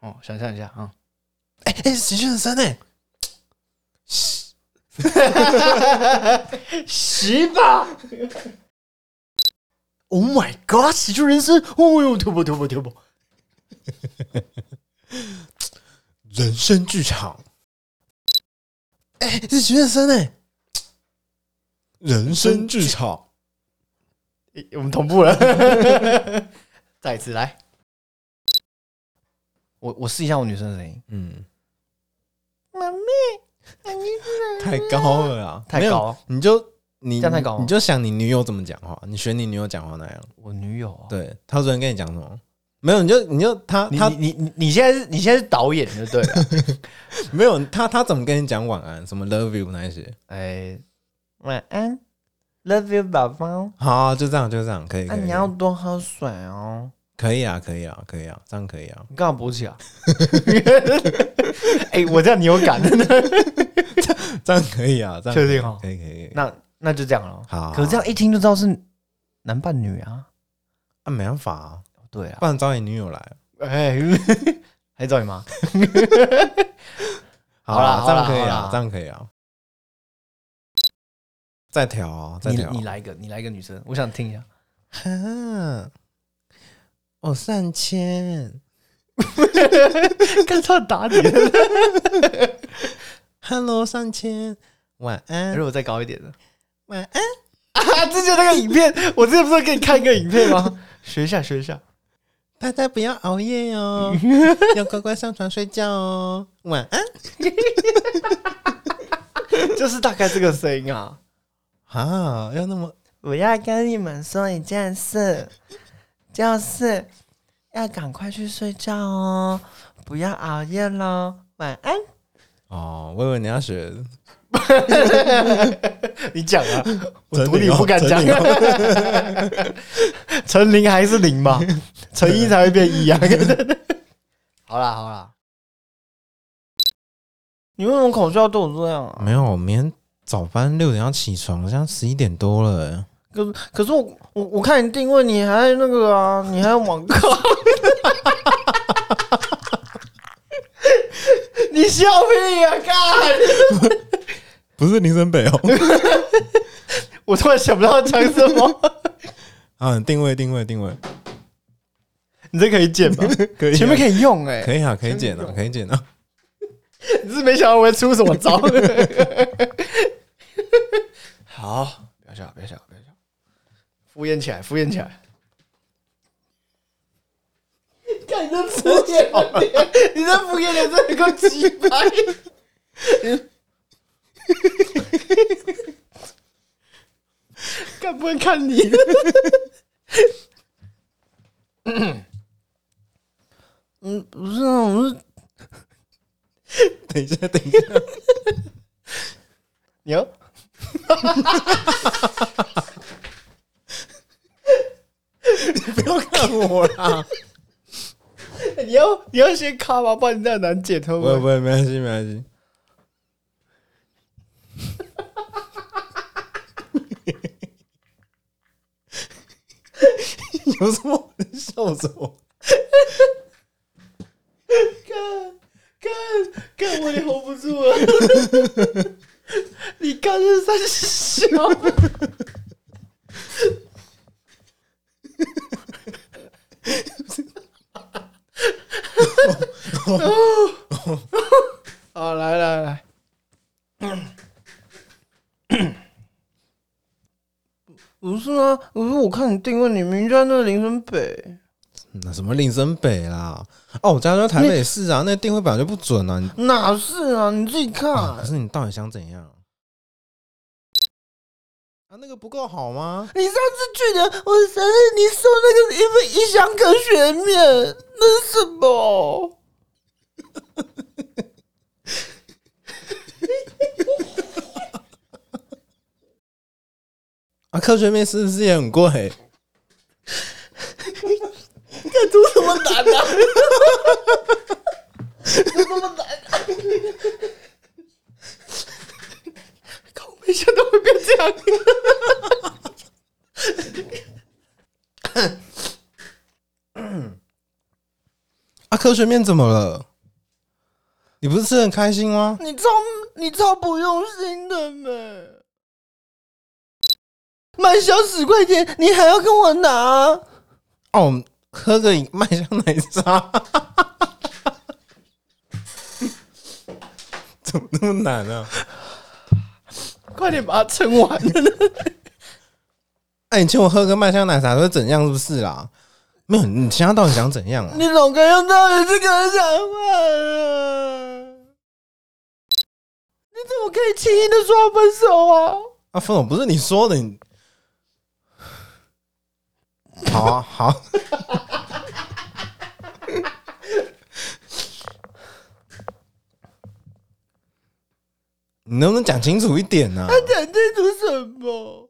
哦，想象一下啊，哎、哎，陈先生哎，十吧，Oh my God，喜剧人生，哦呦，突破突破突破，人生剧场，哎、是徐先生哎、人生剧场，诶哎我们同步了， 再一次来，我我试一下我女生的声音，嗯，妈咪，哎你太高了啦，太嗯没有高了，你就你这样太高你就想你女友怎么讲话，你学你女友讲话那样。我女友、啊，对，她昨天跟你讲什么？没有，你就你就她你她你你你现在是你现在是导演就对 了，没有她她怎么跟你讲晚安？什么 love you 那一些？哎，晚安，love you，宝宝。好啊，就这样，就这样，可以，那、可以啊你，要多喝水哦。可以啊，可以啊，可以啊，这样可以啊， 你干嘛勃起啊？ 哎、我这样你有感， 这样可以啊，这样确定哦可以，可以可以，可以那那就这样了。好，可是这样一听就知道是男扮女啊。啊，没办法啊，对啊不，然找你女友来。哎、 还找你妈？好啦啦，这样可以好啦好啊啦，这样可以啊。再调啊，再你调啊。你来一个，你来一个女生，我想听一 下。哈， 我三哦千干他打你！ ，Hello 三千，晚安如，果再高一点的晚安。啊，之前那个影片，我之前不是给你看一个影片吗？ 学一下，学一下。大家不要熬夜 哦，要乖乖上床睡觉哦。晚安就是大概这个声音啊。啊，要那么我要跟你们说一件事，就是要赶快去睡觉哦，不要熬夜喽，晚安。哦，我以为你要学 你讲 啊，我陈赌琳你哦不敢讲陈 琳。陈零还是零 嘛，乘一才会变一啊。 好啦好啦，你为什么口罩对我这样啊？没有，我明天早班六点要起床，现在十一点多了。可是可是我我我看你定位，你还那个啊，你还网咖， 你笑屁啊！干，不是林森北哦，我突然想不到要讲什么， 啊，定位定位定位，你这可以剪吧？可以啊前面可以用哎、可以啊，可以剪啊，可以剪啊。 你是没想到我会出什么招？好，不要笑，不要笑，不要笑，敷衍起来，敷衍起来。看你这敷衍脸，你这敷衍脸真的够鸡掰。看不会看你？嗯，不是啊，我是等一下，等一下，牛。不要看我啦。你要你要先卡吗？不然你这样难解脱不会不会，没关系没关系。 有什么好笑什么？干干干，我也 hold 不住了。你干是在笑？好，来来来，不是啊，不是我看你定位，你明明就在那林森北。那什么林森北啦？哦，我家就在台北市啊，那定位本来就不准啊。你哪是啊？你自己看。啊可是你到底想怎样？啊，那个不够好吗？你上次去年我生日，你送那个一份一箱可雪面，那是什么？啊，科学面是不是也很贵？这读什么难啊？读什么难、啊？ 靠我没想到会变这样。啊，科科学面怎么了？你不是吃得很开心吗？你超你超不用心的嘛！买小屎快点，你还要跟我拿？哦，喝个麦香奶茶，怎么那么难啊？快点把它撑完！哎、你请我喝个麦香奶茶会怎样？是不是啦？没有，你现在到底想怎样啊？你老公用到底是个人讲话啊？你怎么可以轻易的说要分手啊？啊，分手不是你说的，你好啊，好。 你能不能讲清楚一点呢、啊？啊讲清楚什么？